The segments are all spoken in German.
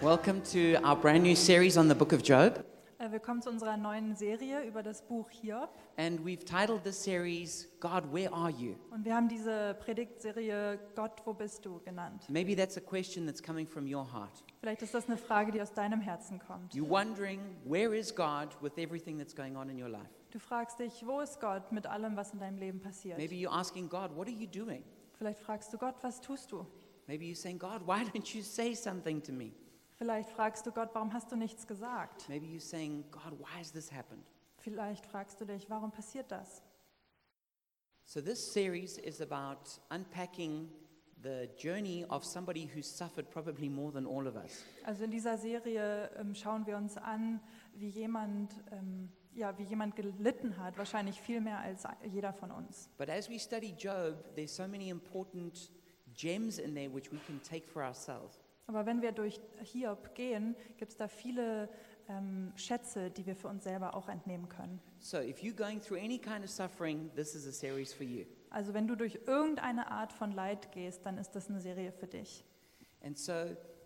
Welcome to our brand new series on the book of Job. Äh, Willkommen zu unserer neuen Serie über das Buch Hiob. And we've titled this series, God, Where Are You? Und wir haben diese Predigtserie Gott, wo bist du genannt. Maybe that's a question that's coming from your heart. Vielleicht ist das eine Frage, die aus deinem Herzen kommt. You're wondering, where is God with everything that's going on in your life? Du fragst dich, wo ist Gott mit allem, was in deinem Leben passiert? Maybe you're asking God, what are you doing? Vielleicht fragst du Gott, was tust du? Maybe you're saying, God, why don't you say something to me? Vielleicht fragst du Gott, warum hast du nichts gesagt? Maybe you're saying, God, why has this happened? Vielleicht fragst du dich, warum passiert das? So, this series is about unpacking the journey of somebody who suffered probably more than all of us. Also in dieser Serie ähm, schauen wir uns an, wie jemand, ähm, ja, wie jemand gelitten hat, wahrscheinlich viel mehr als jeder von uns. But as we study Job, there's so many important gems in there which we can take for ourselves. Aber wenn wir durch Hiob gehen, gibt es da viele ähm, Schätze, die wir für uns selber auch entnehmen können. So, if you're going through any kind of suffering, this is a series for you. Also wenn du durch irgendeine Art von Leid gehst, dann ist das eine Serie für dich. And so,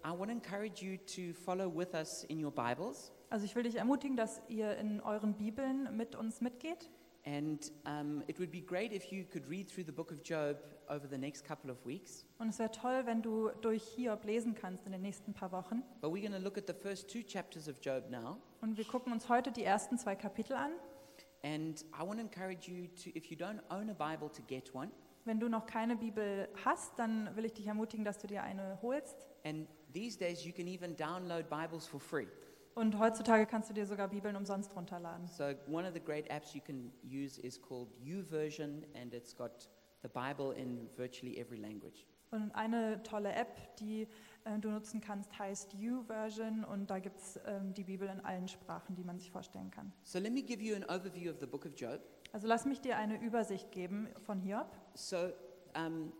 I want to encourage you to follow with us in your Bibles. Also ich will dich ermutigen, dass ihr in euren Bibeln mit uns mitgeht. And um, it would be great if you could read through the book of Job over the next couple of weeks. Und es wäre toll, wenn du durch Hiob lesen kannst in den nächsten paar Wochen. But we're going to look at the first two chapters of Job now. Und wir gucken uns heute die ersten zwei Kapitel an. And I want to encourage you to, if you don't own a Bible, to get one. Wenn du noch keine Bibel hast, dann will ich dich ermutigen, dass du dir eine holst. And these days, you can even download Bibles for free. Und heutzutage kannst du dir sogar Bibeln umsonst runterladen. So one of the great apps you can use is called YouVersion, and it's got the Bible in virtually every language. Und eine tolle App, die äh, du nutzen kannst, heißt YouVersion und da gibt es ähm, die Bibel in allen Sprachen, die man sich vorstellen kann. So let me give you an overview of the book of Job. Also lass mich dir eine Übersicht geben von Hiob. So um,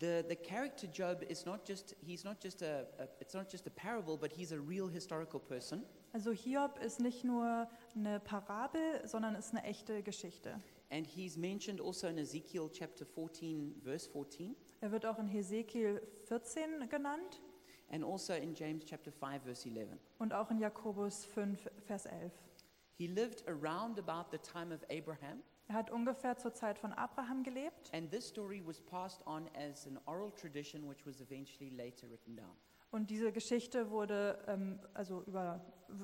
the the character Job is not just he's not just a, a it's not just a parable, but he's a real historical person, Also Hiob ist nicht nur eine Parabel, sondern ist eine echte Geschichte. and he's mentioned also in Ezekiel chapter 14, verse 14, Er wird auch in Hesekiel 14 genannt and also in James chapter 5, verse 11. und auch in Jakobus 5, Vers 11. He lived around about the time of Abraham. Er hat ungefähr zur Zeit von Abraham gelebt And this story was passed on as an oral tradition, which was eventually later written down. und diese Geschichte wurde ähm, also über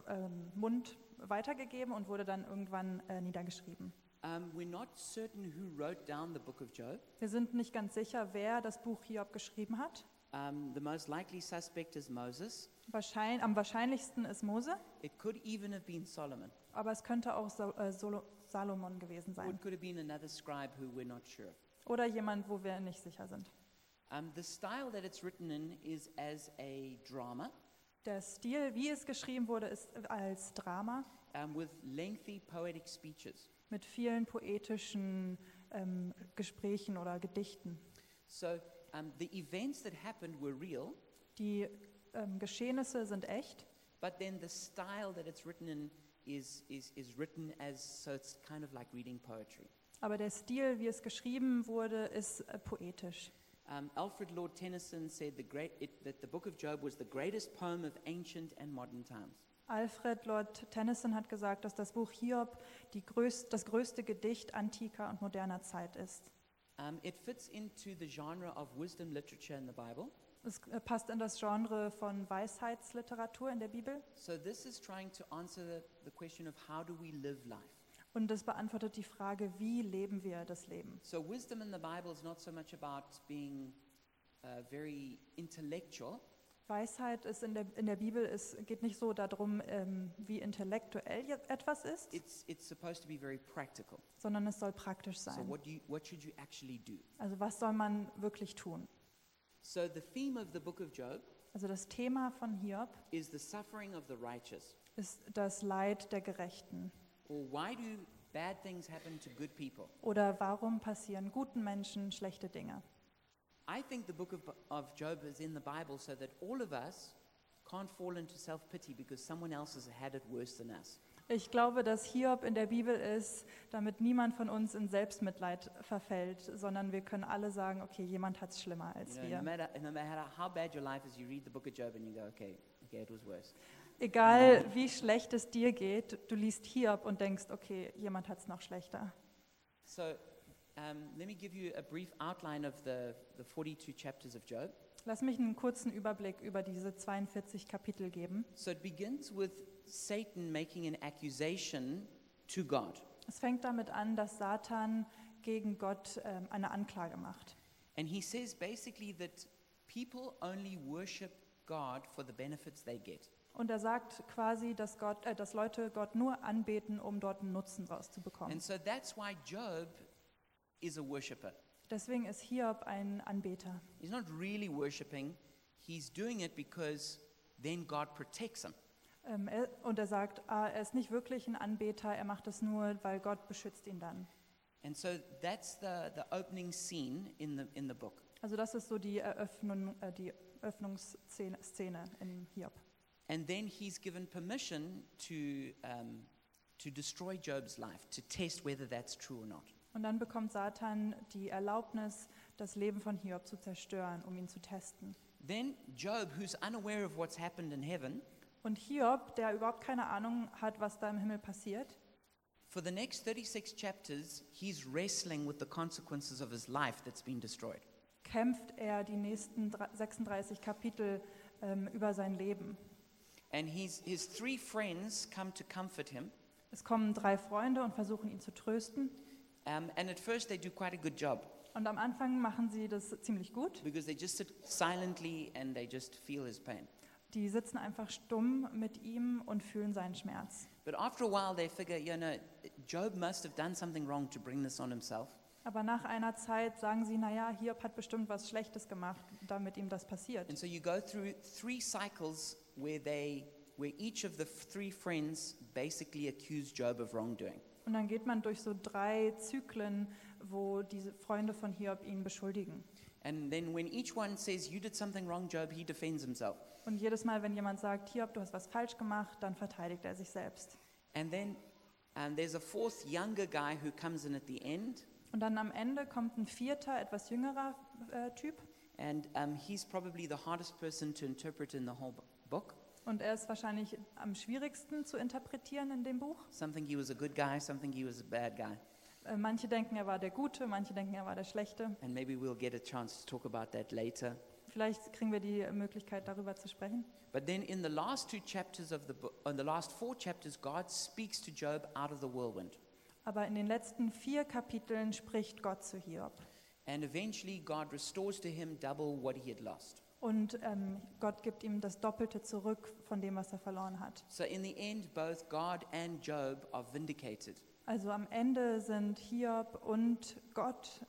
ähm, Mund weitergegeben und wurde dann irgendwann äh, niedergeschrieben. Um, we're not certain who wrote down the book of Job. Wir sind nicht ganz sicher, wer das Buch Hiob geschrieben hat. Um, the most likely suspect is Moses. Wahrschein, am wahrscheinlichsten ist Mose, It could even have been Solomon, aber es könnte auch Sa äh, Solo Salomon gewesen or sein it could have been another scribe who we're not sure. oder jemand, wo wir nicht sicher sind. Um, the style that it's written in is as a drama Der Stil, wie es geschrieben wurde, ist als Drama um, with lengthy poetic speeches. mit vielen poetischen ähm, Gesprächen oder Gedichten. So um, the events that happened were real, Die ähm, Geschehnisse sind echt, but then the style that it's written in is, is, is written as, so it's kind of like reading poetry. aber der Stil, wie es geschrieben wurde, ist äh, poetisch. Um, Alfred Lord Tennyson said the great, it, that the Book of Job was the greatest poem of ancient and modern times. Alfred Lord Tennyson hat gesagt, dass das Buch Hiob die größ das größte Gedicht antiker und moderner Zeit ist. Um, it fits into the genre of wisdom literature in the Bible. Es äh, passt in das Genre von Weisheitsliteratur in der Bibel So this is trying to answer the, the question of how do we live life. und es beantwortet die Frage, wie leben wir das Leben? So wisdom in the Bible is not so much about being uh, very intellectual, Weisheit ist in der, in der Bibel, es geht nicht so darum, ähm, wie intellektuell je- etwas ist, it's, it's supposed to be very practical. sondern es soll praktisch So sein. what, do you, what should you actually do? Also was soll man wirklich tun? So the theme of the Book of Job Also das Thema von Hiob is the suffering of the righteous, ist das Leid der Gerechten. or why do bad things happen to good people? Oder warum passieren guten Menschen schlechte Dinge? I think the book of, of Job is in the Bible so that all of us can't fall into self pity because someone else has had it worse than us. Ich glaube, dass Hiob in der Bibel ist, damit niemand von uns in Selbstmitleid verfällt, sondern wir können alle sagen, okay, jemand hat es schlimmer als You know, no, wir. matter, no matter how bad your life is, you read the book of Job and you go, okay, okay, it was worse. Egal wie schlecht es dir geht, du liest Hiob und denkst, okay, jemand hat es noch schlechter. So um, let me give you a brief outline of the, the 42 chapters of Job. Lass mich einen kurzen Überblick über diese 42 Kapitel geben. So it begins with Satan making an accusation to God. Es fängt damit an, dass Satan gegen Gott ähm, eine Anklage macht. And he says basically that people only worship God for the benefits they get. Und er sagt quasi, dass, Gott, äh, dass Leute Gott nur anbeten, um dort einen Nutzen rauszubekommen. And so that's why Job is a worshiper. Deswegen ist Hiob ein Anbeter. He's not really worshiping, he's doing it because then God protects him. Ähm, er, und er sagt, ah, er ist nicht wirklich ein Anbeter, er macht es nur, weil Gott beschützt ihn dann. And so that's the, the opening scene in the, in the book. Also das ist so die Eröffnung, äh, die Öffnungsszene Szene in Hiob. And then he's given permission to, um, to destroy Job's life, to test whether that's true or not. Und dann bekommt Satan die Erlaubnis, das Leben von Hiob zu zerstören, um ihn zu testen. Then Job, who's unaware of what's happened in heaven, Und Hiob, der überhaupt keine Ahnung hat, was da im Himmel passiert, for the next 36 chapters, he's wrestling with the consequences of his life that's been destroyed. kämpft er die nächsten dr- 36 Kapitel ähm, über sein Leben. And he's, his three friends come to comfort him. Es kommen drei Freunde und versuchen ihn zu trösten. Um, and at first, they do quite a good job Und am Anfang machen sie das ziemlich gut. because they just sit silently and they just feel his pain. Die sitzen einfach stumm mit ihm und fühlen seinen Schmerz. But after a while, they figure, you know, Job must have done something wrong to bring this on himself. Aber nach einer Zeit sagen sie, naja, Hiob hat bestimmt was Schlechtes gemacht, damit ihm das passiert. And so you go through three cycles where they where each of the three friends basically accuse Job of wrongdoing. Und dann geht man durch so drei Zyklen, wo diese Freunde von Hiob ihn beschuldigen. And then when each one says you did something wrong Job, he defends himself. Und jedes Mal, wenn jemand sagt, Hiob, du hast was falsch gemacht, dann verteidigt er sich selbst. And then um, there's a fourth younger guy who comes in at the end Und dann am Ende kommt ein vierter, etwas jüngerer äh, Typ. and um, he's probably the hardest person to interpret in the whole b- book. Und er ist wahrscheinlich am schwierigsten zu interpretieren in dem Buch. Some think he was a good guy, some think he was a bad guy. Äh, Manche denken, er war der Gute, manche denken, er war der Schlechte. And maybe we'll get a chance to talk about that later. Vielleicht kriegen wir die Möglichkeit, darüber zu sprechen. But then in the last two chapters of the book, on the last four chapters, God speaks to Job out of the whirlwind. Aber in den letzten vier Kapiteln spricht Gott zu Hiob. And eventually God restores to him double what he had lost. Und ähm, Gott gibt ihm das Doppelte zurück von dem, was er verloren hat. So in the end, both God and Job are vindicated. Also am Ende sind Hiob und Gott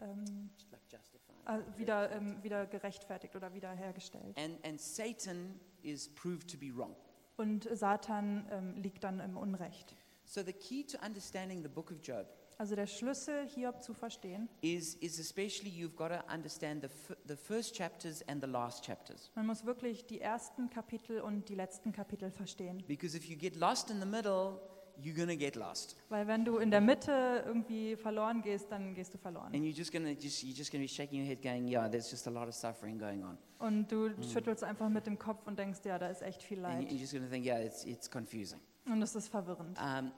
ähm, Like justified. äh, wieder, ähm, wieder gerechtfertigt oder wiederhergestellt. and, and Satan is proved to be wrong. Und Satan ähm, liegt dann im Unrecht. So the key to understanding the book of Job Also der Schlüssel, Hiob zu verstehen, is, is especially you've got to understand the, f- the first chapters and the last chapters. man muss wirklich die ersten Kapitel und die letzten Kapitel verstehen. Because if you get lost in the middle, you're going to get lost. Weil wenn du in der Mitte irgendwie verloren gehst, dann gehst du verloren. And you're just gonna just you're just gonna be shaking your head, going, "Yeah, there's just a lot of suffering going on." Und du schüttelst einfach mit dem Kopf und denkst, ja, da ist echt viel And you- you're Leid. just gonna think, "Yeah, it's it's confusing." Und es ist verwirrend. Um,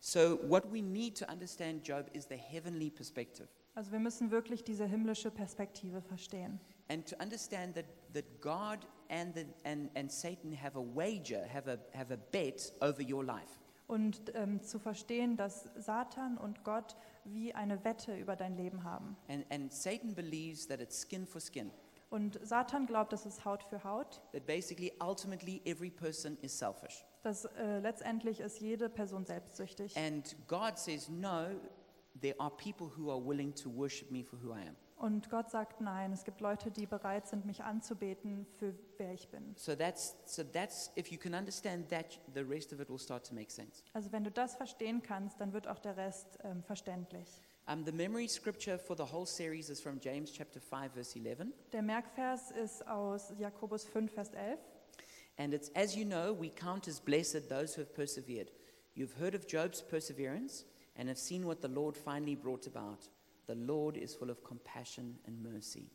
so what we need to understand, Job, is the heavenly perspective, Also wir müssen wirklich diese himmlische Perspektive verstehen. and to understand that that God and the and and Satan have a wager, have a have a bet over your life. Und ähm, zu verstehen, dass Satan und Gott wie eine Wette über dein Leben haben. And and Satan believes that it's skin for skin. Und Satan glaubt, das ist Haut für Haut, That basically, ultimately, every person is selfish. dass äh, letztendlich ist jede Person selbstsüchtig. And God says, "No, there are people who are willing to worship me for who I am." Und Gott sagt, nein, es gibt Leute, die bereit sind, mich anzubeten, für wer ich bin. So that's so that's if you can understand that, the rest of it will start to make sense. Also wenn du das verstehen kannst, dann wird auch der Rest ähm, verständlich. Um, the memory scripture for the whole series is from James chapter five verse eleven, Der Merkvers ist aus Jakobus 5, Vers 11. and it's as you know we count as blessed those who have persevered. You've heard of Job's perseverance and have seen what the Lord finally brought about. The Lord is full of compassion and mercy.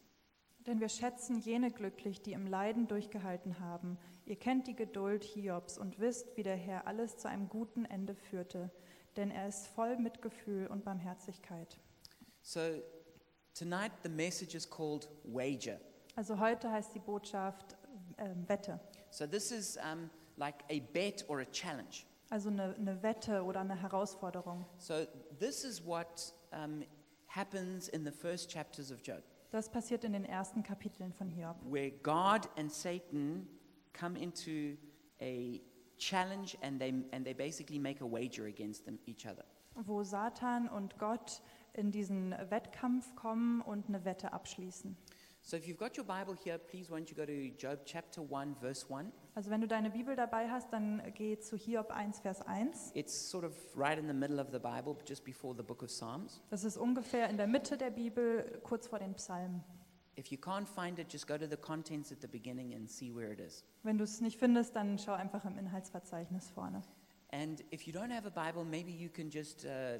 Denn wir schätzen jene glücklich, die im Leiden durchgehalten haben. Ihr kennt die Geduld Hiobs und wisst, wie der Herr alles zu einem guten Ende führte. Denn er ist voll Mitgefühl und Barmherzigkeit. So tonight the message is called Wager. Also heute heißt die Botschaft ähm, Wette. So this is um, like a bet or a challenge. Also eine, eine Wette oder eine Herausforderung. So this is what um, happens in the first chapters of Job, Das passiert in den ersten Kapiteln von Hiob, where God and Satan come into a challenge and they, and they basically make a wager against them, each other. wo Satan und Gott in diesen Wettkampf kommen und eine Wette abschließen. So if you've got your Bible here, please why don't you go to Job chapter 1, verse 1. Also wenn du deine Bibel dabei hast, dann geh zu Hiob 1, Vers 1. It's sort of right in the middle of the Bible, just before the book of Psalms. Das ist ungefähr in der Mitte der Bibel, kurz vor den Psalmen. If you can't find it, just go to the contents at the beginning and see where it is. Wenn du es nicht findest, dann schau einfach im Inhaltsverzeichnis vorne. And if you don't have a Bible, maybe you can just uh,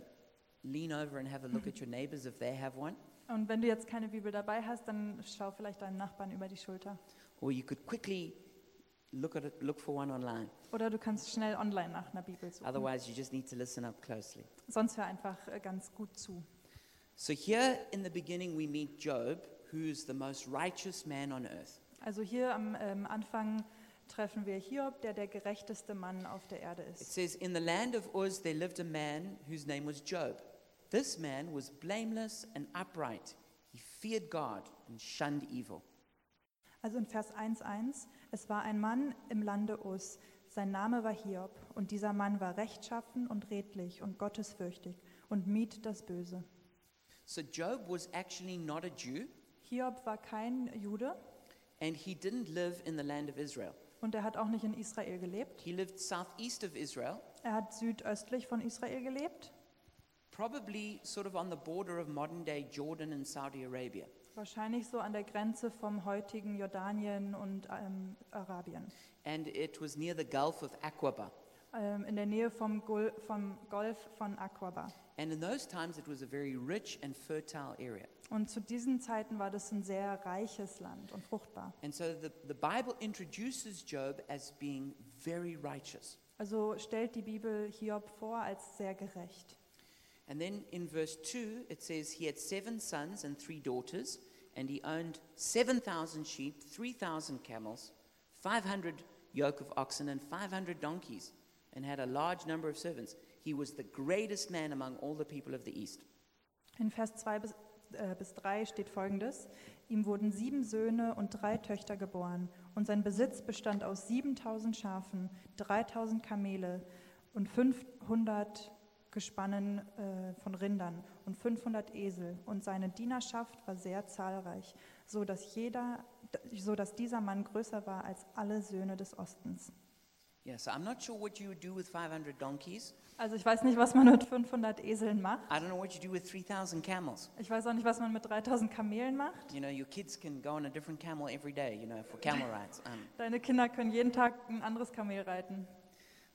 lean over and have a look at your neighbors if they have one. Und wenn du jetzt keine Bibel dabei hast, dann schau vielleicht deinem Nachbarn über die Schulter. Or you could quickly look, at it, look for one online. Oder du kannst schnell online nach einer Bibel suchen. Otherwise, you just need to listen up closely. Sonst hör einfach äh, ganz gut zu. So, here in the beginning, we meet Job, who's the most righteous man on earth. Also hier am ähm, Anfang treffen wir Hiob, der der gerechteste Mann auf der Erde It ist. says, In the land of Uz there lived a man whose name was Job. This man was blameless and upright. He feared God and shunned evil. Also in Vers 1.1, es war ein Mann im Lande Us, sein Name war Hiob, und dieser Mann war rechtschaffen und redlich und gottesfürchtig und mied das Böse. So, Job was actually not a Jew, Hiob war kein Jude and he didn't live in the land of Israel. und er hat auch nicht in Israel gelebt. He lived southeast of Israel, Er hat südöstlich von Israel gelebt, probably sort of on the border of modern day Jordan and Saudi Arabia. wahrscheinlich so an der Grenze vom heutigen Jordanien und ähm, Arabien, And it was near the Gulf of Aqaba. ähm, in der Nähe vom, Gul vom Golf von Aquaba. And in those times, it was a very rich and fertile area. Und zu diesen Zeiten war das ein sehr reiches Land und fruchtbar. And so the, the Bible introduces Job as being very righteous. Also stellt die Bibel Hiob vor als sehr gerecht. And then in verse 2, it says, He had seven sons and three daughters, and he owned 7,000 sheep, 3,000 camels, 500 yoke of oxen, and 500 donkeys, and had a large number of servants. He was the greatest man among all the people of the East. In Vers 2 bis, äh, bis 3 steht folgendes. Ihm wurden sieben Söhne und drei Töchter geboren und sein Besitz bestand aus 7000 Schafen, 3000 Kamele und 500 Gespannen äh, von Rindern und 500 Esel und seine Dienerschaft war sehr zahlreich, so dass jeder, so dass dieser Mann größer war als alle Söhne des Ostens. Yeah, so I'm not sure what you would do with 500 donkeys. Also ich weiß nicht, was man mit 500 Eseln macht. I don't know what you do with 3,000 camels. Ich weiß auch nicht, was man mit 3000 Kamelen macht. You know, your kids can go on a different camel every day, you know, for camel rides. Um, Deine Kinder können jeden Tag ein anderes Kamel reiten.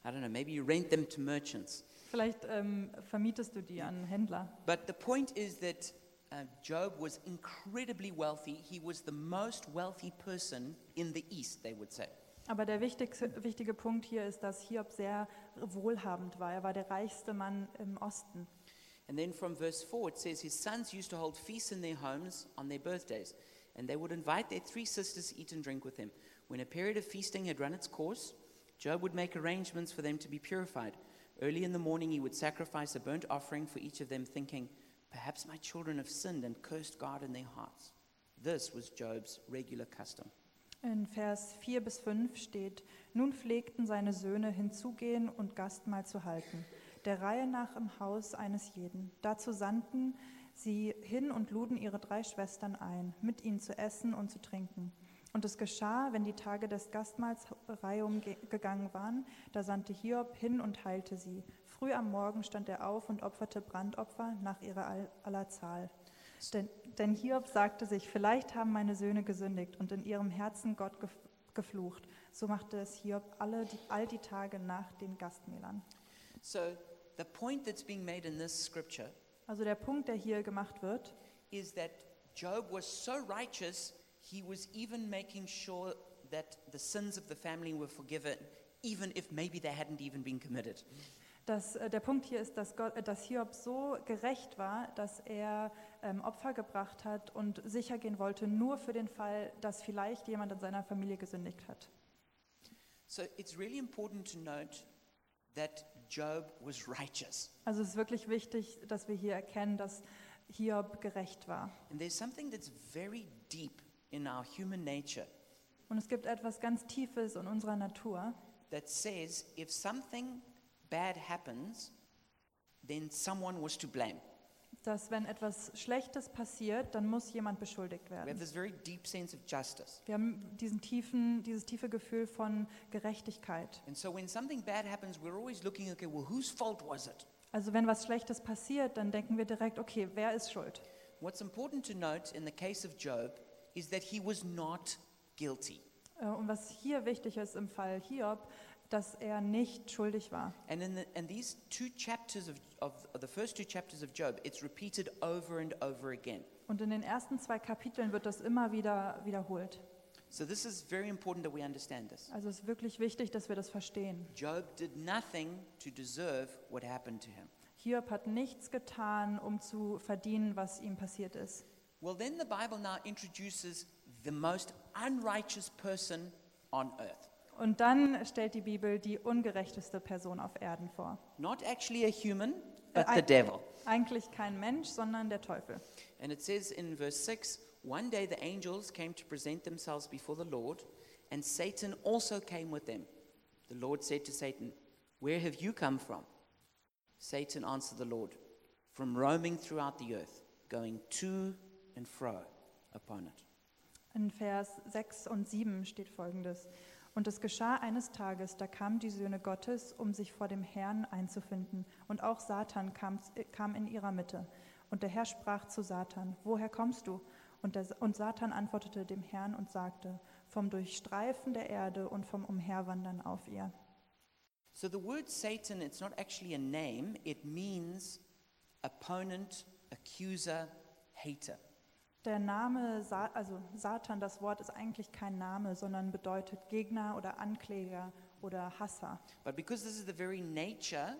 I don't know, maybe you rent them to merchants. Vielleicht ähm, vermietest du die an Händler. But the point is that uh, Job was incredibly wealthy. He was the most wealthy person in the East, they would say. Aber der wichtigste, wichtige Punkt hier ist, dass Hiob sehr wohlhabend war. Er war der reichste Mann im Osten. And then from verse 4, it says, His sons used to hold feasts in their homes on their birthdays, and they would invite their three sisters to eat and drink with them. When a period of feasting had run its course, Job would make arrangements for them to be purified. Early in the morning, he would sacrifice a burnt offering for each of them, thinking, Perhaps my children have sinned and cursed God in their hearts. This was Job's regular custom. In Vers 4 bis 5 steht, nun pflegten seine Söhne hinzugehen und Gastmahl zu halten, der Reihe nach im Haus eines jeden. Dazu sandten sie hin und luden ihre drei Schwestern ein, mit ihnen zu essen und zu trinken. Und es geschah, wenn die Tage des Gastmahls Reihe umgegangen waren, da sandte Hiob hin und heilte sie. Früh am Morgen stand er auf und opferte Brandopfer nach ihrer all- aller Zahl. Denn, denn Hiob sagte sich, vielleicht haben meine Söhne gesündigt und in ihrem Herzen Gott gef- geflucht. So machte es Hiob alle die, all die Tage nach den Gastmählern. So, the point that's being made in this scripture Also der Punkt, der hier gemacht wird, is that Job was so righteous, he was even making sure that the sins of the family were forgiven, even if maybe they hadn't even been committed. dass äh, der Punkt hier ist, dass, Gott, äh, dass Hiob so gerecht war, dass er ähm, Opfer gebracht hat und sicher gehen wollte, nur für den Fall, dass vielleicht jemand in seiner Familie gesündigt hat. So, it's really important to note that Job was righteous. Also es ist wirklich wichtig, dass wir hier erkennen, dass Hiob gerecht war. And there's something that's very deep in our human nature Und es gibt etwas ganz Tiefes in unserer Natur, that says if something bad happens, then someone was to blame. dass wenn etwas Schlechtes passiert, dann muss jemand beschuldigt We have werden. this very deep sense of justice. Wir haben diesen tiefen, dieses tiefe Gefühl von Gerechtigkeit. And so when something bad happens, we're always looking, okay, well, whose fault was it? Also wenn was Schlechtes passiert, dann denken wir direkt, okay, wer ist schuld? What's important to note in the case of Job is that he was not guilty. Äh, Und was hier wichtig ist im Fall Hiob, dass er nicht schuldig war. And in, the, in these two chapters of, of, of the first two chapters of Job, it's repeated over and over again. Und in den ersten zwei Kapiteln wird das immer wieder wiederholt. So this is very important that we understand this. Also es ist wirklich wichtig, dass wir das verstehen. Job did nothing to deserve what happened to him. Hiob hat nichts getan, um zu verdienen, was ihm passiert ist. Well, then the Bible now introduces the most unrighteous person on earth. Und dann stellt die Bibel die ungerechteste Person auf Erden vor. Not actually a human, but the I- devil. Eigentlich kein Mensch, sondern der Teufel. And it says in verse 6 One day the angels came to present themselves before the Lord, and Satan also came with them. The Lord said to Satan, Where have you come from? Satan answered the Lord, From roaming throughout the earth, going to and fro upon it. In Vers 6 und 7 steht folgendes. Und es geschah eines Tages, da kamen die Söhne Gottes, um sich vor dem Herrn einzufinden. Und auch Satan kam, kam in ihrer Mitte. Und der Herr sprach zu Satan, woher kommst du? Und, der, und Satan antwortete dem Herrn und sagte, vom Durchstreifen der Erde und vom Umherwandern auf ihr. So the word Satan, it's not actually a name, it means opponent, accuser, hater. Der Name, Sa also Satan, das Wort ist eigentlich kein Name, sondern bedeutet Gegner oder Ankläger oder Hasser. But because this is the very nature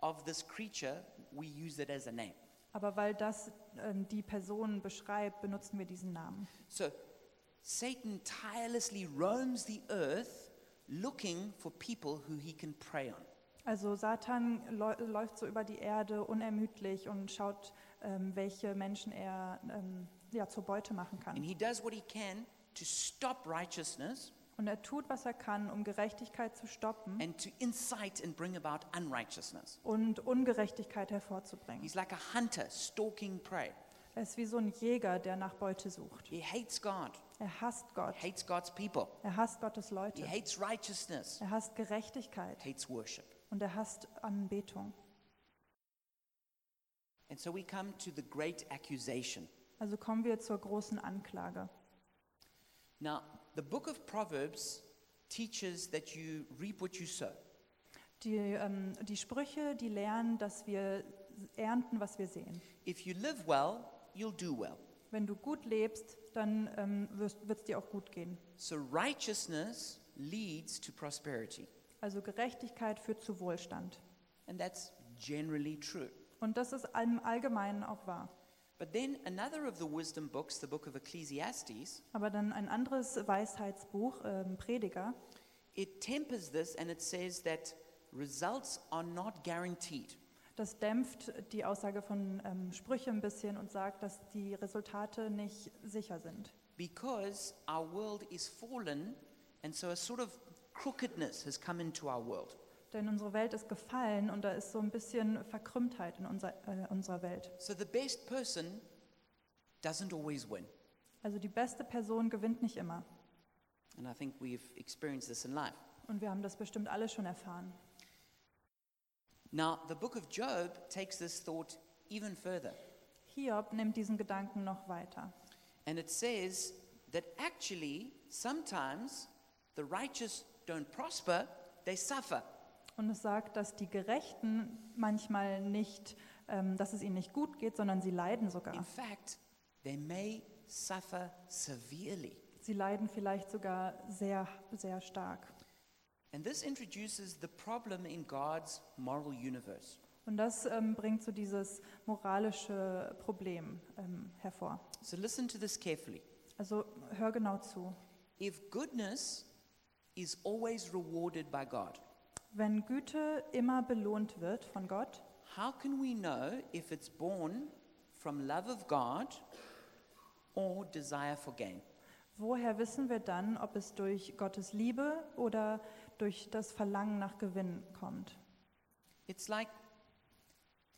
of this creature, we use it as a name. Aber weil das ähm, die Person beschreibt, benutzen wir diesen Namen. So Satan tirelessly roams the earth looking for people who he can prey on. Also Satan läu- läuft so über die Erde unermüdlich und schaut, ähm, welche Menschen er ähm, ja, zur Beute machen And kann. he does what he can to stop righteousness Und er tut, was er kann, um Gerechtigkeit zu stoppen and to incite and bring about unrighteousness. und Ungerechtigkeit hervorzubringen. He's like a hunter stalking prey. Er ist wie so ein Jäger, der nach Beute sucht. He hates God, Er hasst Gott. hates God's people. Er hasst Gottes He Leute. hates righteousness, Er hasst Gerechtigkeit hates worship. und er hasst Anbetung. And so we come to the great accusation. Also kommen wir zur großen Anklage. Now, the book of Proverbs teaches that you reap what you sow. Die, ähm, die Sprüche, die lernen, dass wir ernten, was wir sehen. If you live well, you'll do well. Wenn du gut lebst, dann ähm, wird es dir auch gut gehen. So righteousness leads to prosperity. Also Gerechtigkeit führt zu Wohlstand. And that's generally true. Und das ist im Allgemeinen auch wahr. But then another of the wisdom books, the book of Ecclesiastes, Aber dann ein anderes Weisheitsbuch, ähm, Prediger, it tempers this and it says that results are not guaranteed. das dämpft die Aussage von ähm, Sprüche ein bisschen und sagt, dass die Resultate nicht sicher sind. Because our world is fallen, and so a sort of crookedness has come into our world. Denn unsere Welt ist gefallen und da ist so ein bisschen Verkrümmtheit in unser, äh, unserer Welt. So the best person doesn't always win. Also die beste Person gewinnt nicht immer. And I think we've experienced this in life. Und wir haben das bestimmt alle schon erfahren. Now, the book of Job takes this thought even further. Hiob nimmt diesen Gedanken noch weiter. And it says that actually, sometimes the righteous don't prosper, they suffer. Und es sagt, dass die Gerechten manchmal nicht, ähm, dass es ihnen nicht gut geht, sondern sie leiden In sogar. fact, they may suffer severely. Sie leiden vielleicht sogar sehr, sehr stark. And this introduces the problem in God's moral universe. Und das ähm, bringt so dieses moralische Problem ähm, hervor. So listen to this carefully. Also hör genau zu. If goodness is always rewarded by God, Wenn Güte immer belohnt wird von Gott, how can we know if it's born from love of God or desire for gain? woher wissen wir dann, ob es durch Gottes Liebe oder durch das Verlangen nach Gewinn kommt? It's like,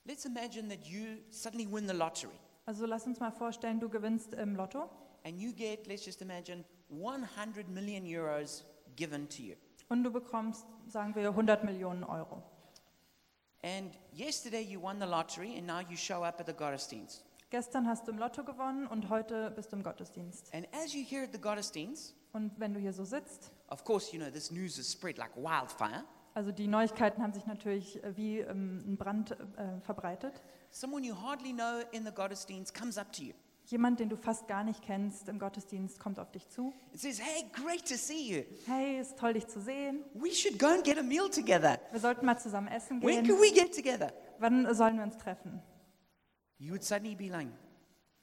let's imagine that you suddenly win the lottery Also lass uns mal vorstellen, du gewinnst im Lotto and you get, let's just imagine, 100 million euros given to you. und du bekommst, sagen wir, 100 Millionen Euro. And yesterday you won the lottery and now you show up at the Gottesdienst. Gestern hast du im Lotto gewonnen und heute bist du im Gottesdienst. And as you hear at the Gottesdienst, Und wenn du hier so sitzt, of course, you know, this news is spread like wildfire. also die Neuigkeiten haben sich natürlich äh, wie ähm, ein Brand äh, verbreitet. Someone you hardly know in the Gottesdienst comes up to you Jemand, den du fast gar nicht kennst im Gottesdienst, kommt auf dich zu. and says, Hey, great to see you. Hey, ist toll, dich zu sehen. We should go and get a meal together. Wir sollten mal zusammen essen When gehen. can we get together? Wann sollen wir uns treffen? You would suddenly be like,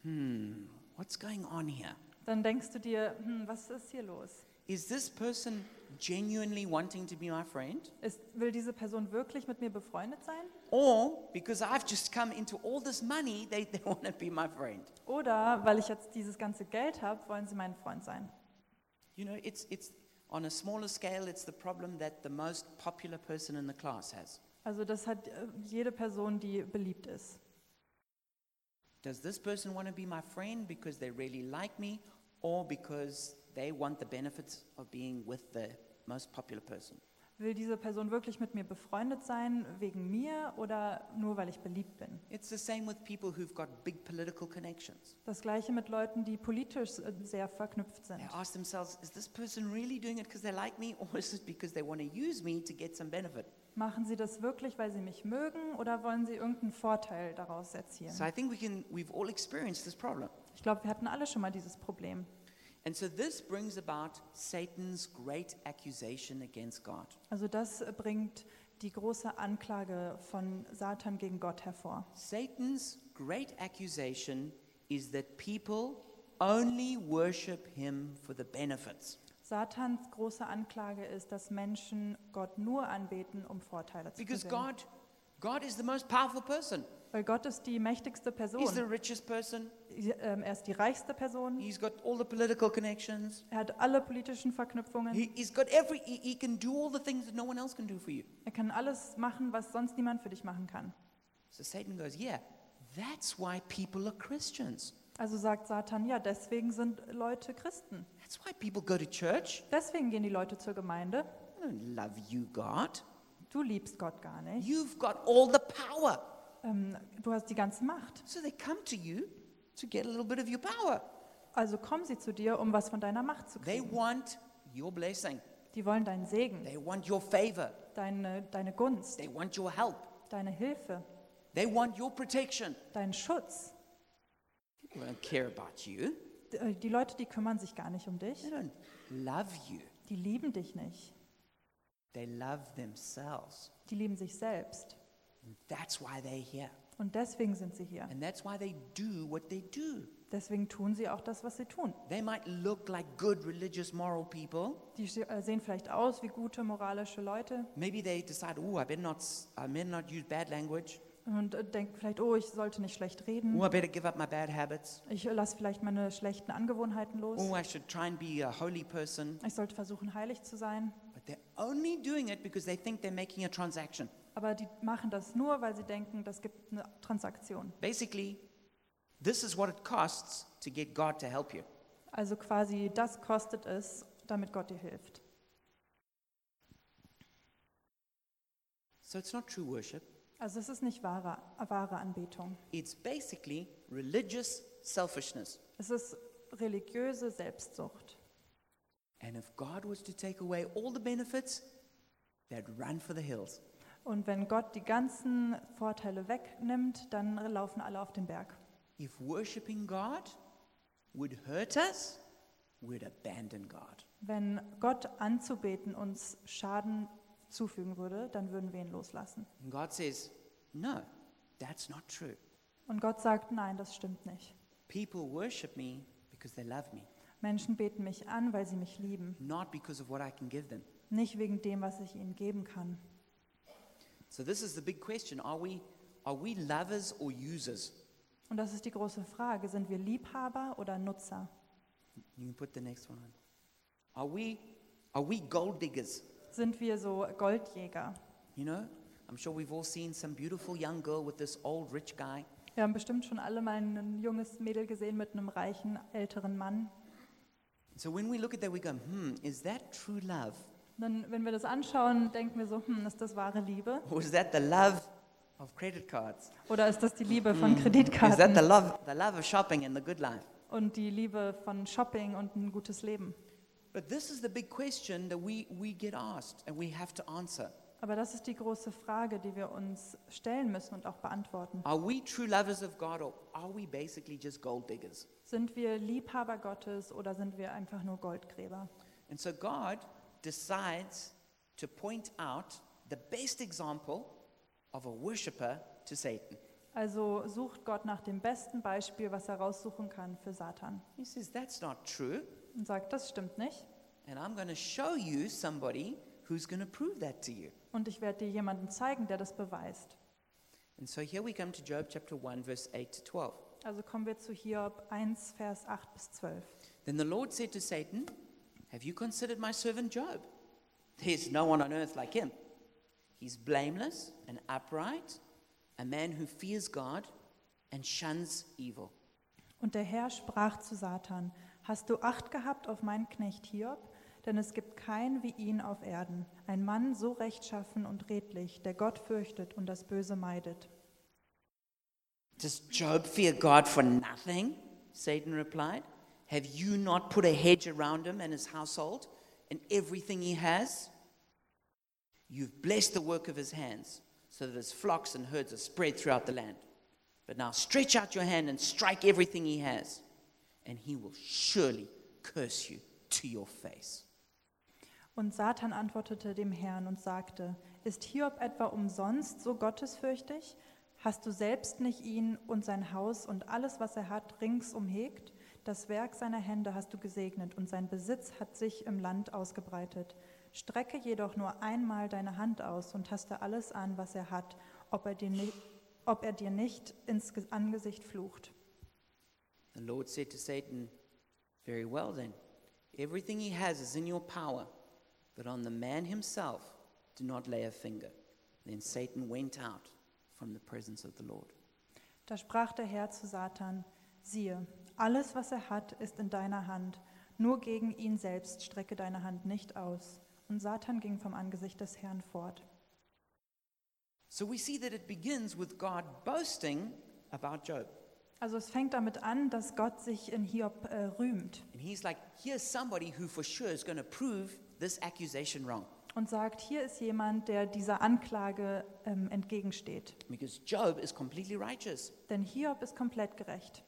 Hmm, what's going on here? Dann denkst du dir, hm, was ist hier los? Is this person genuinely wanting to be my friend? Ist, will diese Person wirklich mit mir befreundet sein? Or because I've just come into all this money, they, they want to be my friend? Oder weil ich jetzt dieses ganze Geld habe, wollen sie mein Freund sein? You know, it's, it's on a smaller scale, it's the problem that the most popular person in the class has. Also das hat äh, jede Person, die beliebt ist. Does this person want to be my friend because they really like me or because they want the benefits of being with the most popular person? Will diese Person wirklich mit mir befreundet sein, wegen mir oder nur weil ich beliebt bin? It's the same with people who've got big political connections. Das gleiche mit Leuten, die politisch äh, sehr verknüpft sind. They ask themselves, is this person really doing it because they like me or is it because they want to use me to get some benefit? Machen sie das wirklich, weil sie mich mögen oder wollen sie irgendeinen Vorteil daraus erzielen? So I think we can, we've all experienced this problem. Ich glaube, wir hatten alle schon mal dieses Problem. And so this brings about Satan's great accusation against God. Also das bringt die große Anklage von Satan gegen Gott hervor. Satan's great accusation is that people only worship him for the benefits Satans große Anklage ist, dass Menschen Gott nur anbeten, um Vorteile zu because gewinnen. God God is the most powerful person. Weil Gott ist die mächtigste He's the Person. richest person. Ähm, Er ist die reichste Person. He's got all the political connections. Er hat alle politischen Verknüpfungen. He, he's got every he, he can do all the things that no one else can do for you. Er kann alles machen, was sonst niemand für dich machen kann. So Satan goes, "Yeah, that's why people are Christians. Also sagt Satan, ja, deswegen sind Leute Christen. That's why people go to church. Deswegen gehen die Leute zur Gemeinde. I don't love you, God. Du liebst Gott gar nicht. You've got all the power. Ähm, du hast die ganze Macht. So they come to you to get a little bit of your power. Also kommen sie zu dir, um was von deiner Macht zu They kriegen. want your blessing. Die wollen deinen Segen, They want your favor. deine, deine Gunst, They want your help. deine Hilfe, They want your protection. deinen Schutz. They don't care about you. D- äh, Die Leute, die kümmern sich gar nicht um They dich. don't love you. Die lieben dich nicht. They love themselves. Die lieben sich selbst. And that's why they're here. Und deswegen sind sie hier. And that's why they do what they do. Deswegen tun sie auch das, was sie tun. They might look like good, religious, moral people. Die se- äh, sehen vielleicht aus wie gute moralische Leute Maybe they decide, oh, I better not, s- I better not use bad language. und äh, denken vielleicht, oh, ich sollte nicht schlecht Oh, reden. I better give up my bad habits. Ich lasse vielleicht meine schlechten Angewohnheiten los. Oh, I should try and be a holy person. Ich sollte versuchen, heilig zu sein. But they're only doing it because they think they're making a transaction. Aber die machen das nur, weil sie denken, das gibt eine Transaktion. Basically, this is what it costs to get God to help you. Also quasi, das kostet es, damit Gott dir hilft. So it's not true worship. Also es ist nicht wahre, wahre Anbetung. It's basically religious selfishness. Es ist religiöse Selbstsucht. And if God was to take away all the benefits, They'd run for the hills. Und wenn Gott die ganzen Vorteile wegnimmt, dann laufen alle auf den Berg. If worshiping God would hurt us, we'd abandon God. Wenn Gott anzubeten uns Schaden zufügen würde, dann würden wir ihn loslassen. And God says, No, that's not true. Und Gott sagt, nein, das stimmt nicht. People worship me because they love me, Menschen beten mich an, weil sie mich lieben, not because of what I can give them. nicht wegen dem, was ich ihnen geben kann. So this is the big question. Are we are we lovers or users? Und das ist die große Frage, sind wir Liebhaber oder Nutzer? You can put the next one on. Are we are we gold diggers? Sind wir so Goldjäger? You know? I'm sure we've all seen some beautiful young girl with this old rich guy Wir haben bestimmt schon alle mal ein junges Mädel gesehen mit einem reichen, älteren Mann. So when we look at that, we go, hmm, is that true love? Dann, wenn wir das anschauen, denken wir so, hm, ist das wahre Liebe? Or is that the love of credit cards? Oder ist das die Liebe von Is that the Kreditkarten love, the love of shopping and the good life? und die Liebe von Shopping und ein gutes Leben? But this is the big question that we, we get asked and we have to answer. Aber das ist die große Frage, die wir uns stellen müssen und auch beantworten. Are we true lovers of God or are we basically just gold diggers? Sind wir Liebhaber Gottes oder sind wir einfach nur Goldgräber? And so God decides to point out the best example of a worshiper to Satan. Also sucht Gott nach dem besten Beispiel, was er raussuchen kann für Satan He says, That's not true. und sagt, das stimmt nicht And I'm going to show you somebody who's going to prove that to you. und ich werde dir jemanden zeigen, der das beweist. And so here we come to Job chapter 1, verse 8 to 12. Also kommen wir zu Hiob 1, Vers 8 bis 12. Then the Lord said to Satan, Have you considered my servant Job? There's no one on earth like him. He's blameless and upright, a man who fears God and shuns evil. Und der Herr sprach zu Satan, hast du Acht gehabt auf meinen Knecht Hiob? Denn es gibt keinen wie ihn auf Erden, ein Mann so rechtschaffen und redlich, der Gott fürchtet und das Böse meidet. Does Job fear God for nothing? Satan replied. Have you not put a hedge around him and his household and everything he has? You've blessed the work of his hands, so that his flocks and herds are spread throughout the land. But now stretch out your hand and strike everything he has, and he will surely curse you to your face. Und Satan antwortete dem Herrn und sagte, ist Hiob etwa umsonst so gottesfürchtig? Hast du selbst nicht ihn und sein Haus und alles, was er hat, rings umhegt? Das Werk seiner Hände hast du gesegnet und sein Besitz hat sich im Land ausgebreitet. Strecke jedoch nur einmal deine Hand aus und taste alles an, was er hat, ob er dir nicht, ob er dir nicht ins Ge- Angesicht flucht. The Lord said to Satan, Very well then, everything he has is in your power, but on the man himself do not lay a finger. Then Satan went out from the presence of the Lord. Da sprach der Herr zu Satan, siehe, alles, was er hat, ist in deiner Hand, nur gegen ihn selbst strecke deine Hand nicht aus. Und Satan ging vom Angesicht des Herrn fort. So we see that it begins with God boasting about Job. Also es fängt damit an, dass Gott sich in Hiob äh, rühmt And he's like, Here's somebody who for sure is going to prove this accusation wrong. und sagt, hier ist jemand, der dieser Anklage ähm, entgegensteht. Because Job is completely righteous. Denn Hiob ist komplett gerecht.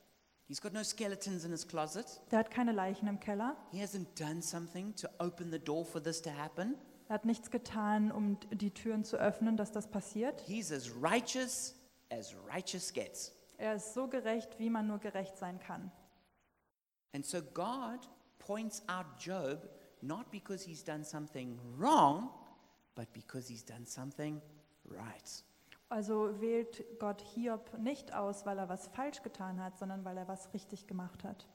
He's got no skeletons in his closet. Der hat keine Leichen im Keller, He hasn't done something to open the door for this to happen. er hat nichts getan, um die Türen zu öffnen, dass das passiert. He's as righteous as righteous gets. Er ist so gerecht, wie man nur gerecht sein kann. And so God points out Job not because he's done something wrong, but because he's done something right. Also wählt Gott Hiob nicht aus, weil er was falsch getan hat, sondern weil er was richtig gemacht hat.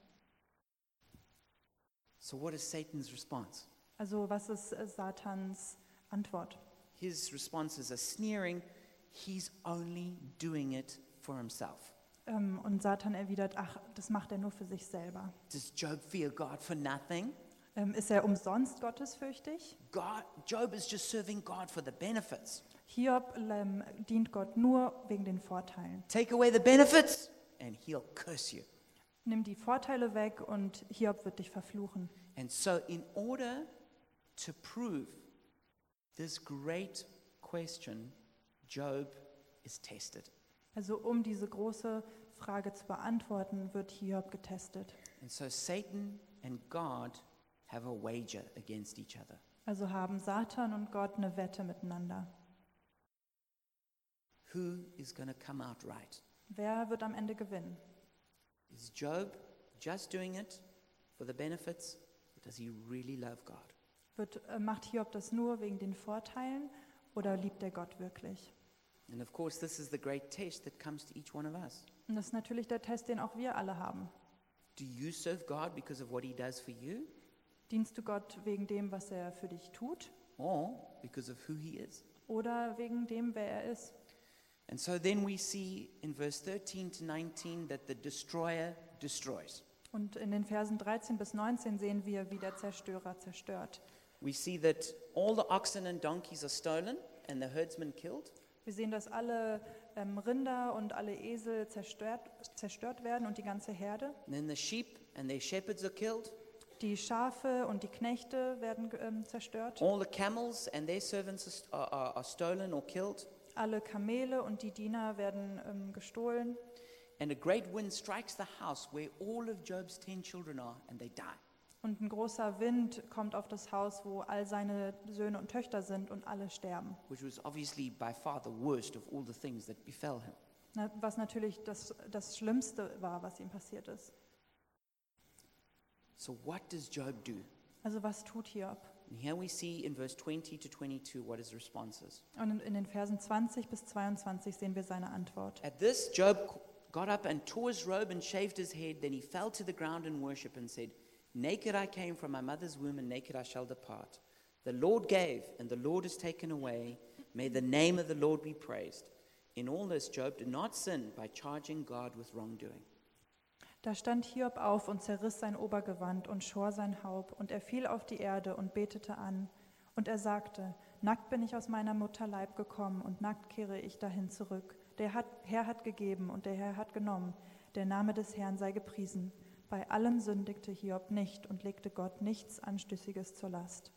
So, what is Satan's response? Also was ist äh, Satans Antwort? His responses are sneering, he's only doing it for himself. Ähm, Und Satan erwidert, ach, das macht er nur für sich selber. Does Job fear God for nothing? Ähm, Ist er umsonst gottesfürchtig? God, Job is just serving God for the benefits. Hiob ähm, dient Gott nur wegen den Vorteilen. Take away the benefits, and he'll curse you. Nimm die Vorteile weg und Hiob wird dich verfluchen. And so, in order to prove This great question, Job is tested. Also um diese große Frage zu beantworten, wird Hiob getestet. And so Satan and God have a wager against each other. Also haben Satan und Gott eine Wette miteinander. Who is going to come out right? Wer wird am Ende gewinnen? Is Job just doing it for the benefits, or does he really love God? Wird, äh, macht Hiob das nur wegen den Vorteilen oder liebt er Gott wirklich? And of course, this is the great test that comes to each one of us. Und das ist natürlich der Test, den auch wir alle haben. Do you serve God because of what he does for you, Dienst du Gott wegen dem, was er für dich tut or because of who he is? oder wegen dem, wer er ist? And so then we see in verse 13 to 19 that the destroyer destroys. Und in den Versen 13 bis 19 sehen wir, wie der Zerstörer zerstört. We see that all the oxen and donkeys are stolen and the herdsmen killed. Wir sehen, dass alle ähm, Rinder und alle Esel zerstört, zerstört werden und die ganze Herde. And then the sheep and their shepherds are killed. Die Schafe und die Knechte werden ähm, zerstört. All the camels and their servants are st- are, are, are stolen or killed. Alle Kamele und die Diener werden ähm, gestohlen. And a great wind strikes the house where all of Job's ten children are and they die. Und ein großer Wind kommt auf das Haus, wo all seine Söhne und Töchter sind und alle sterben. which was obviously by far the worst of all the things that befell him. Na, Ne, Was natürlich das, das Schlimmste war, was ihm passiert ist. So, what does Job do? Also was tut Hiob? And here we see in verse 20 to 22 what his response is. Und in- in den Versen 20 bis 22 sehen wir seine Antwort. At this, Job got up and tore his robe and shaved his head. Then he fell to the ground in worship and said, Naked I came from my mother's womb, and naked I shall depart. The Lord gave, and the Lord has taken away. May the name of the Lord be praised. In all this, Job did not sin by charging God with wrongdoing. Da stand Hiob auf und zerriss sein Obergewand und schor sein Haupt, und er fiel auf die Erde und betete an. Und er sagte, Nackt bin ich aus meiner Mutter Leib gekommen, und nackt kehre ich dahin zurück. Der hat, Herr hat gegeben und der Herr hat genommen. Der Name des Herrn sei gepriesen. Bei allem sündigte Hiob nicht und legte Gott nichts Anstößiges zur Last.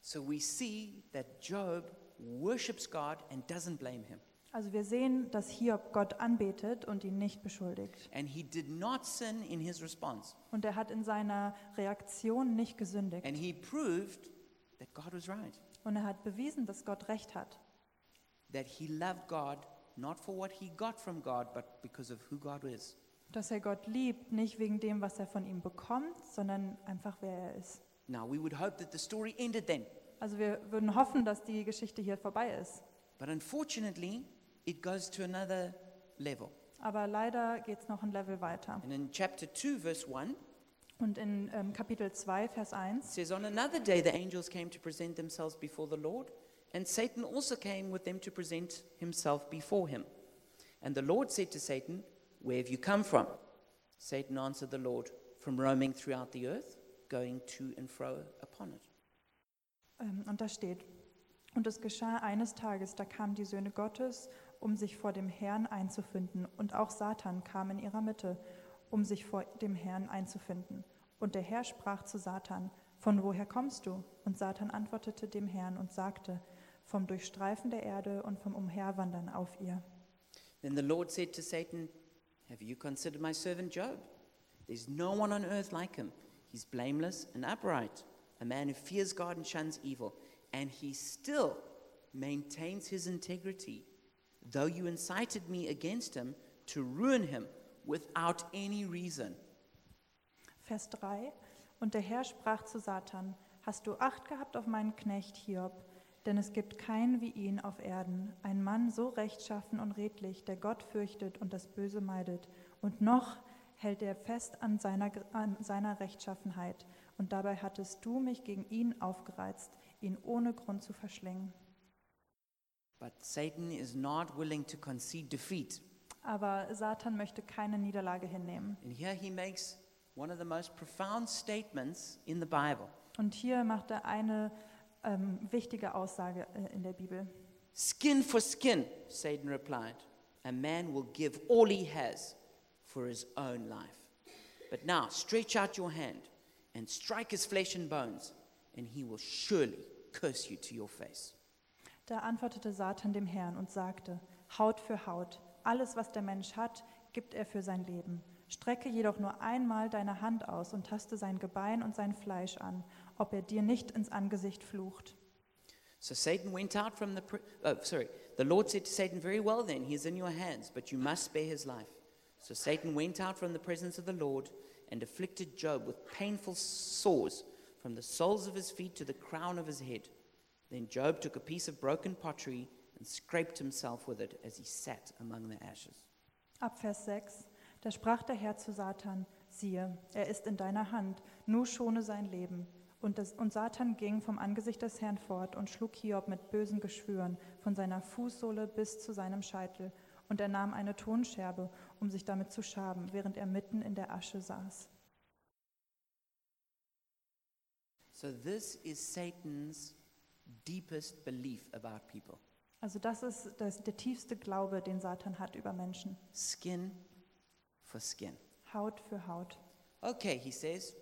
So we see that Job worships God and doesn't blame him. Also wir sehen, dass Hiob Gott anbetet und ihn nicht beschuldigt. And he did not sin in his response. Und er hat in seiner Reaktion nicht gesündigt. And he proved that God was right, Und er hat bewiesen, dass Gott recht hat. that he loved God not for what he got from God, but because of who God is. dass er Gott liebt, nicht wegen dem, was er von ihm bekommt, sondern einfach wer er ist. Now, we would hope that the story ended then. Also wir würden hoffen, dass die Geschichte hier vorbei ist. But unfortunately, it goes to another level. Aber leider geht es noch ein Level weiter. And in chapter 2, verse 1, it Und in ähm, Kapitel 2, Vers 1, says, On another day the angels came to present themselves before the Lord, and Satan also came with them to present himself before him. And the Lord said to Satan, Where have you come from? Satan answered the Lord, From roaming throughout the earth, going to and fro upon it. ähm, und da steht, und es geschah eines Tages, da kamen die Söhne Gottes, um sich vor dem Herrn einzufinden, und auch Satan kam in ihrer Mitte, um sich vor dem Herrn einzufinden. Und der Herr sprach zu Satan, von woher kommst du? Und Satan antwortete dem Herrn und sagte, vom Durchstreifen der Erde und vom Umherwandern auf ihr. Then the Lord said to Satan, Have you considered my servant Job? There's no one on earth like him. He's blameless and upright, a man who fears God and shuns evil, and he still maintains his integrity, though you incited me against him to ruin him without any reason. Vers 3. Und der Herr sprach zu Satan, Hast du Acht gehabt auf meinen Knecht Hiob? Denn es gibt keinen wie ihn auf Erden, ein Mann so rechtschaffen und redlich, der Gott fürchtet und das Böse meidet. Und noch hält er fest an seiner, an seiner Rechtschaffenheit. Und dabei hattest du mich gegen ihn aufgereizt, ihn ohne Grund zu verschlingen. But Satan is not willing to concede defeat. Aber Satan möchte keine Niederlage hinnehmen. And here he makes one of the most profound statements in the Bible. Und hier macht er eine ähm, wichtige Aussage äh, in der Bibel. Skin for skin, Satan replied. A man will give all he has for his own life. But now stretch out your hand and strike his flesh and bones, and he will surely curse you to your face. Da antwortete Satan dem Herrn und sagte, Haut für Haut, alles, was der Mensch hat, gibt er für sein Leben. Strecke jedoch nur einmal deine Hand aus und taste sein Gebein und sein Fleisch an, ob er dir nicht ins Angesicht flucht. So Satan went out from the. Pr- oh, sorry. The Lord said to Satan, Very well then, he is in your hands, but you must bear his life. So Satan went out from the presence of the Lord and afflicted Job with painful sores from the soles of his feet to the crown of his head. Then Job took a piece of broken pottery and scraped himself with it as he sat among the ashes. Ab Vers 6. Da sprach der Herr zu Satan, siehe, er ist in deiner Hand, nur schone sein Leben. Und, das, und Satan ging vom Angesicht des Herrn fort und schlug Hiob mit bösen Geschwüren von seiner Fußsohle bis zu seinem Scheitel. Und er nahm eine Tonscherbe, um sich damit zu schaben, während er mitten in der Asche saß. So this is Satan's deepest belief about people Also das ist das, der tiefste Glaube, den Satan hat über Menschen. skin for skin. Haut für Haut. Okay, he says,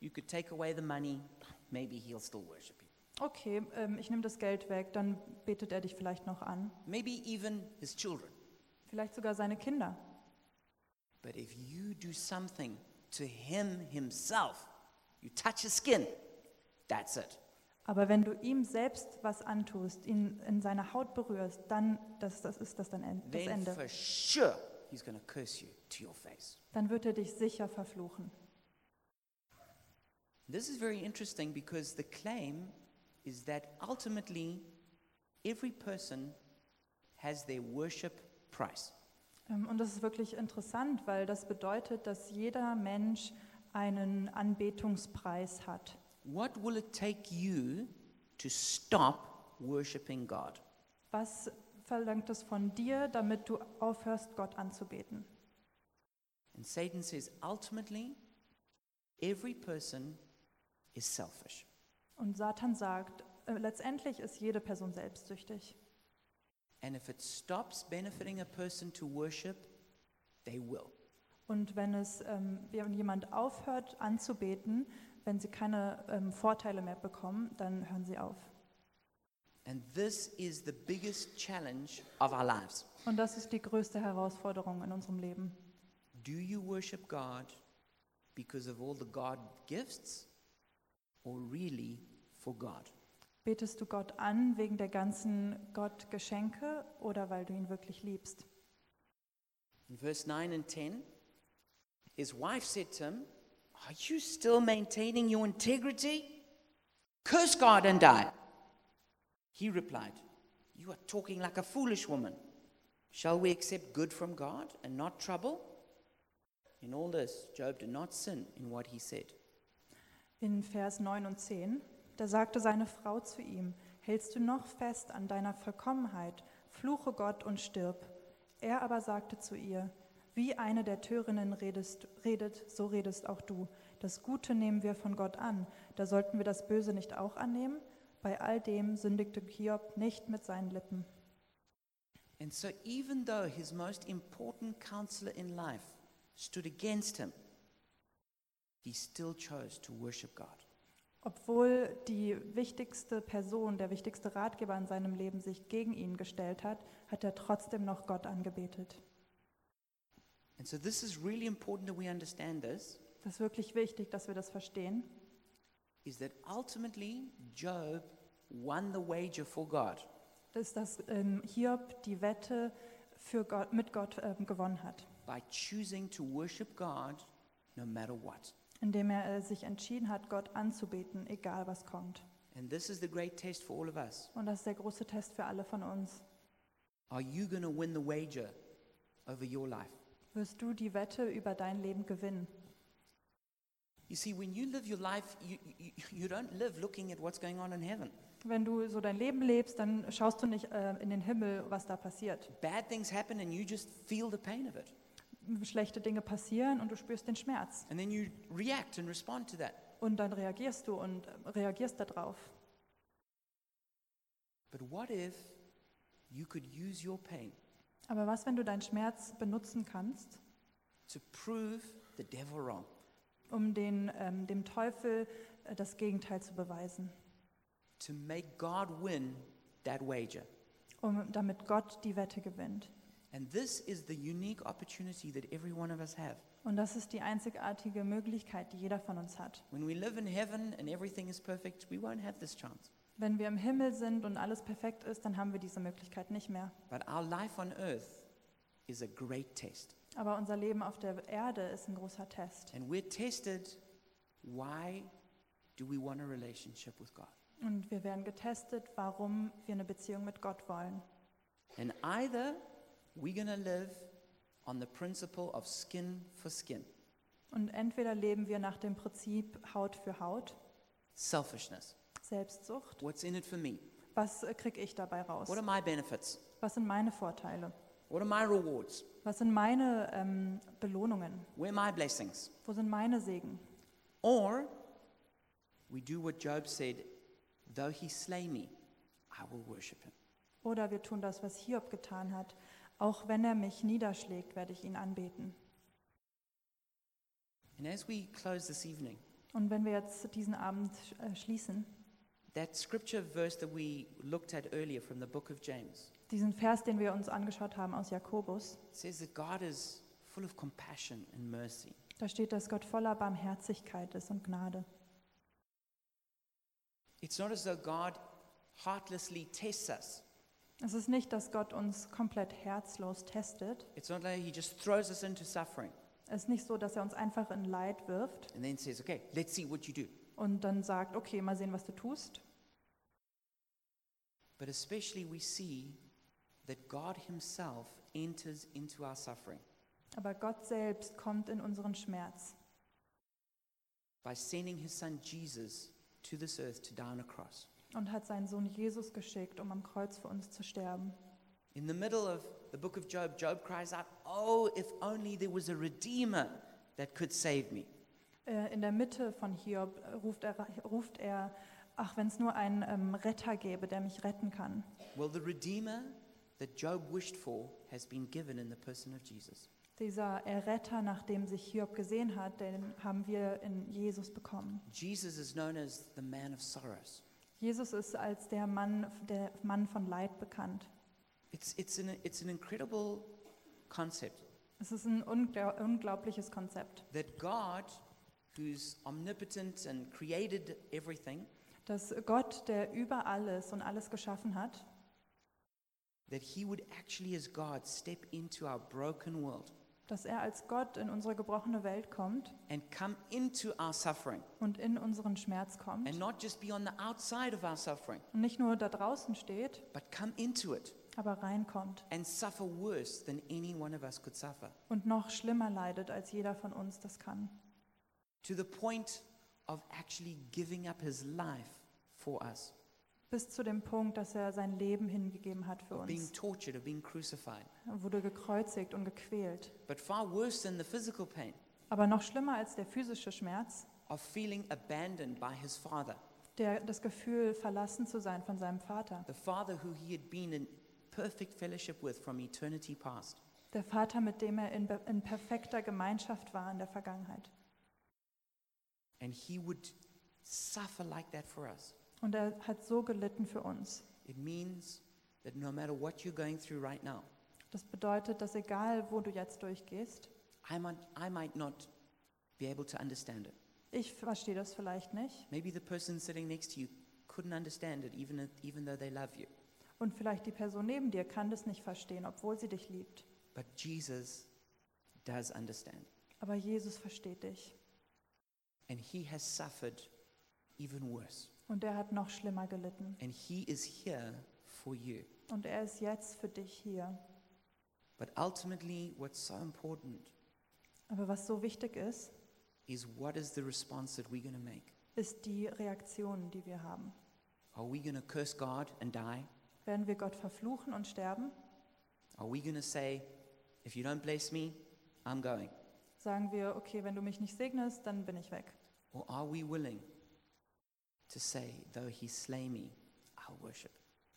you could take away the money, maybe he'll still worship you. Okay, ähm, ich nehme das Geld weg, dann betet er dich vielleicht noch an. Maybe even his children. Vielleicht sogar seine Kinder. But if you do something to him himself, you touch his skin, that's it. Aber wenn du ihm selbst was antust, ihn in seiner Haut berührst, dann das, das ist das dann en- das Then Ende. for sure, he's going to curse you to your face. Dann wird er dich sicher verfluchen. This is very interesting because the claim is that ultimately every person has their worship price. Ähm, Und das ist wirklich interessant, weil das bedeutet, dass jeder Mensch einen Anbetungspreis hat. What will it take you to stop worshiping God? Was verlangt es von dir, damit du aufhörst, Gott anzubeten? And Satan says ultimately, every person is selfish. Und Satan sagt, äh, letztendlich ist jede Person selbstsüchtig. And if it stops benefiting a person to worship, they will. Und wenn es ähm, wenn jemand aufhört anzubeten, wenn sie keine ähm, Vorteile mehr bekommen, dann hören sie auf. And this is the biggest challenge of our lives. Und das ist die größte Herausforderung in unserem Leben. Do you worship God because of all the God gifts or really for God? Betest du Gott an wegen der ganzen Gottgeschenke oder weil du ihn wirklich liebst? In verse 9 and 10, his wife said to him, Are you still maintaining your integrity? Curse God and die. He replied, You are talking like a foolish woman. Shall we accept good from God and not trouble? In all this, Job did not sin in what he said. In Vers 9 und 10, da sagte seine Frau zu ihm, hältst du noch fest an deiner Vollkommenheit, fluche Gott und stirb. Er aber sagte zu ihr, wie eine der Törinnen redest, redet, so redest auch du. Das Gute nehmen wir von Gott an, da sollten wir das Böse nicht auch annehmen? Bei all dem sündigte Hiob nicht mit seinen Lippen. And so, even though his most important counselor in life stood against him, he still chose to worship God. Obwohl die wichtigste Person, der wichtigste Ratgeber in seinem Leben sich gegen ihn gestellt hat, hat er trotzdem noch Gott angebetet. And so this is really important that we understand this Das ist wirklich wichtig, dass wir das verstehen. is that ultimately Job won the wager for God. Dass das ähm, Hiob die Wette für Gott, mit Gott ähm, gewonnen hat, by choosing to worship God no matter what. indem er äh, sich entschieden hat, Gott anzubeten, egal was kommt. And this is the great test for all of us. Und das ist der große Test für alle von uns. Are you going to win the wager over your life? Wirst du die Wette über dein Leben gewinnen? You see, when you live your life, you, you, you don't live looking at what's going on in heaven. Wenn du so dein Leben lebst, dann schaust du nicht äh, in den Himmel, was da passiert. Bad things happen and you just feel the pain of it. Schlechte Dinge passieren und du spürst den Schmerz. And then you react and respond to that. Und dann reagierst du und äh, reagierst darauf. But what if you could use your pain Aber was, wenn du deinen Schmerz benutzen kannst, to prove the devil wrong? um den, ähm, dem Teufel äh, das Gegenteil zu beweisen, to make God win that wager. um, damit Gott die Wette gewinnt. And this is the unique opportunity that every one of us have. Und das ist die einzigartige Möglichkeit, die jeder von uns hat. When we live in heaven and everything is perfect, we won't have this chance. Wenn wir im Himmel sind und alles perfekt ist, dann haben wir diese Möglichkeit nicht mehr. But our life on earth is a great test. Aber unser Leben auf der Erde ist ein großer Test. And we're tested why do we want a relationship with God? Und wir werden getestet, warum wir eine Beziehung mit Gott wollen. And either we're going to live on the principle of skin for skin, Und entweder leben wir nach dem Prinzip Haut für Haut, selfishness. Selbstsucht. What's in it for me? Was äh, kriege ich dabei raus? What are my benefits? Was sind meine Vorteile? What are my rewards? Was sind meine ähm, Belohnungen? Where are my blessings? Wo sind meine Segen? Or we do what Job said, though he slay me, I will worship him. Oder wir tun das, was Hiob getan hat. Auch wenn er mich niederschlägt, werde ich ihn anbeten. And as we close this evening, Und wenn wir jetzt diesen Abend äh, schließen, that scripture verse that we looked at earlier from the book of James diesen Vers, den wir uns angeschaut haben aus Jakobus, says that God is full of compassion and mercy. da steht, dass Gott voller Barmherzigkeit ist und Gnade. It's not as though God heartlessly tests us. Es ist nicht, dass Gott uns komplett herzlos testet. It's not like he just throws us into suffering Es ist nicht so, dass er uns einfach in Leid wirft and then says, okay, let's see what you do. und dann sagt, okay, mal sehen, was du tust. But especially we see that God himself enters into our suffering Aber Gott selbst kommt in unseren Schmerz by sending his son Jesus to this earth to die on a cross. und hat seinen Sohn Jesus geschickt, um am Kreuz für uns zu sterben. In the middle of the book of Job, Job cries out, Oh, if only there was a redeemer that could save me. Äh, In der Mitte von Hiob äh, ruft er, ruft er ach, wenn es nur einen ähm, Retter gäbe, der mich retten kann. Well, the redeemer that Job wished for has been given in the person of Jesus. Dieser Erretter, nach dem sich Hiob gesehen hat, den haben wir in Jesus bekommen. Jesus is known as the man of sorrows. Jesus ist als der Mann, der Mann von Leid bekannt. It's, it's, an, it's an incredible concept Es ist ein ungla- unglaubliches Konzept, that God, who's omnipotent and created everything, dass Gott, der über alles und alles geschaffen hat, that he would actually, as God, step into our broken world dass er als Gott in unsere gebrochene Welt kommt and come into our suffering und in unseren Schmerz kommt and not just be on the outside of our suffering, und nicht nur da draußen steht, but come into it aber reinkommt and suffer worse than any one of us could suffer und noch schlimmer leidet, als jeder von uns das kann. to the point of actually giving up his life for us, Bis zu dem Punkt, dass er sein Leben hingegeben hat für of being uns. tortured, of being crucified. Er wurde gekreuzigt und gequält. But far worse than the physical pain Aber noch schlimmer als der physische Schmerz, of feeling abandoned by his father, der, das Gefühl, verlassen zu sein von seinem Vater. the father who he had been in perfect fellowship with from eternity past. Der Vater, mit dem er in, be- in perfekter Gemeinschaft war in der Vergangenheit. And he would suffer like that for us. Und er hat so gelitten für uns. It means that no matter what you're going through right now, Das bedeutet, dass egal, wo du jetzt durchgehst, I might, I might not be able to understand it. ich verstehe das vielleicht nicht Maybe the person sitting next to you couldn't understand it, even, if- even though they love you. und vielleicht die Person neben dir kann das nicht verstehen, obwohl sie dich liebt. But Jesus does understand. Aber Jesus versteht dich And he has suffered even worse. und er hat noch schlimmer gelitten And he is here for you. und er ist jetzt für dich hier. But ultimately, what's so important Aber was so wichtig ist, is what is the response that we're going to make? ist die Reaktion, die wir haben. Are we going to curse God and die? Werden wir Gott verfluchen und sterben? Are we going to say, if you don't bless me, I'm going? Sagen wir, okay, wenn du mich nicht segnest, dann bin ich weg. Or are we willing to say, though he slay me, I'll worship?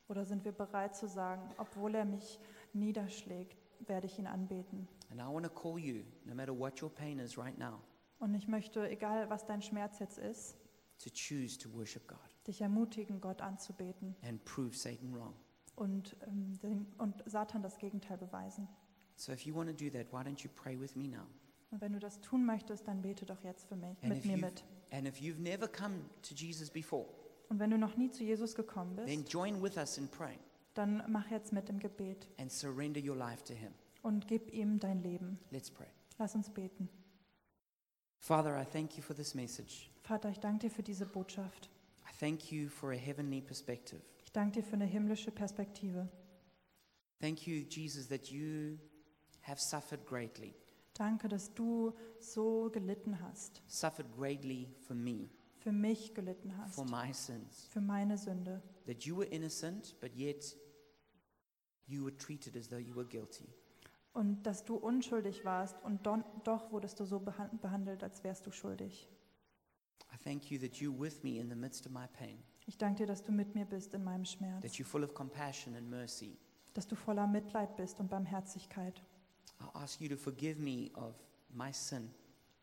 Oder sind wir bereit zu sagen, obwohl er mich niederschlägt, werde ich ihn anbeten? And I want to call you, no matter what your pain is right now, Und ich möchte, egal was dein Schmerz jetzt ist, to choose to worship God. dich ermutigen, Gott anzubeten and prove Satan wrong. und, ähm, den, und Satan das Gegenteil beweisen. So if you want to do that, why don't you pray with me now? Und wenn du das tun möchtest, dann bete doch jetzt für mich, And mit if, mir you've, mit. and if you've never come to Jesus before, Und wenn du noch nie zu Jesus gekommen then bist, join with us in praying dann mach jetzt mit im Gebet and surrender your life to Him. und gib ihm dein Leben. Let's pray. Lass uns beten. Father, I thank you for this message. Vater, ich danke dir für diese Botschaft. I thank you for a heavenly perspective. Ich danke dir für eine himmlische Perspektive. Thank you, Jesus, that you have suffered greatly, Danke, dass du so gelitten hast, suffered greatly for me, für mich gelitten hast, for my sins. für meine Sünde. That you were innocent, but yet you were treated as though you were guilty. Und dass du unschuldig warst und don, doch wurdest du so behan- behandelt, als wärst du schuldig. I thank you that you're with me in the midst of my pain, Ich danke dir, dass du mit mir bist in meinem Schmerz, that you're full of compassion and mercy. dass du voller Mitleid bist und Barmherzigkeit. I ask you to forgive me of my sin.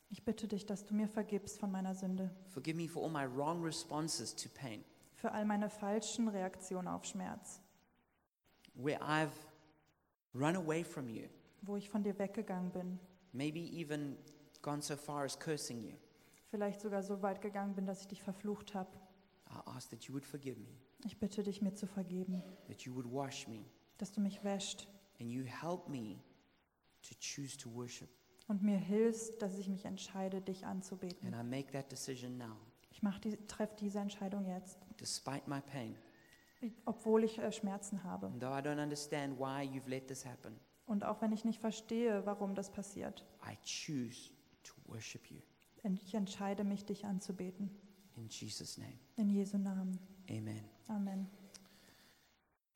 Ich bitte dich, dass du mir vergibst von meiner Sünde, Forgive me for all my wrong responses to pain, für all meine falschen Reaktionen auf Schmerz, where I've run away from you, wo ich von dir weggegangen bin, maybe even gone so far as cursing you. vielleicht sogar so weit gegangen bin, dass ich dich verflucht habe. I ask that you would forgive me, Ich bitte dich, mir zu vergeben, that you would wash me, dass du mich wäscht and you help me to choose to worship. und mir hilfst, dass ich mich entscheide, dich And anzubeten. I make that decision now, Ich mach die, treffe diese Entscheidung jetzt, despite my pain. obwohl ich äh, Schmerzen habe. And though I don't understand why you've let this happen, Und auch wenn ich nicht verstehe, warum das passiert, I choose to worship you. ent- ich entscheide mich, dich anzubeten. In Jesus' name, In Jesu Namen. amen. Amen.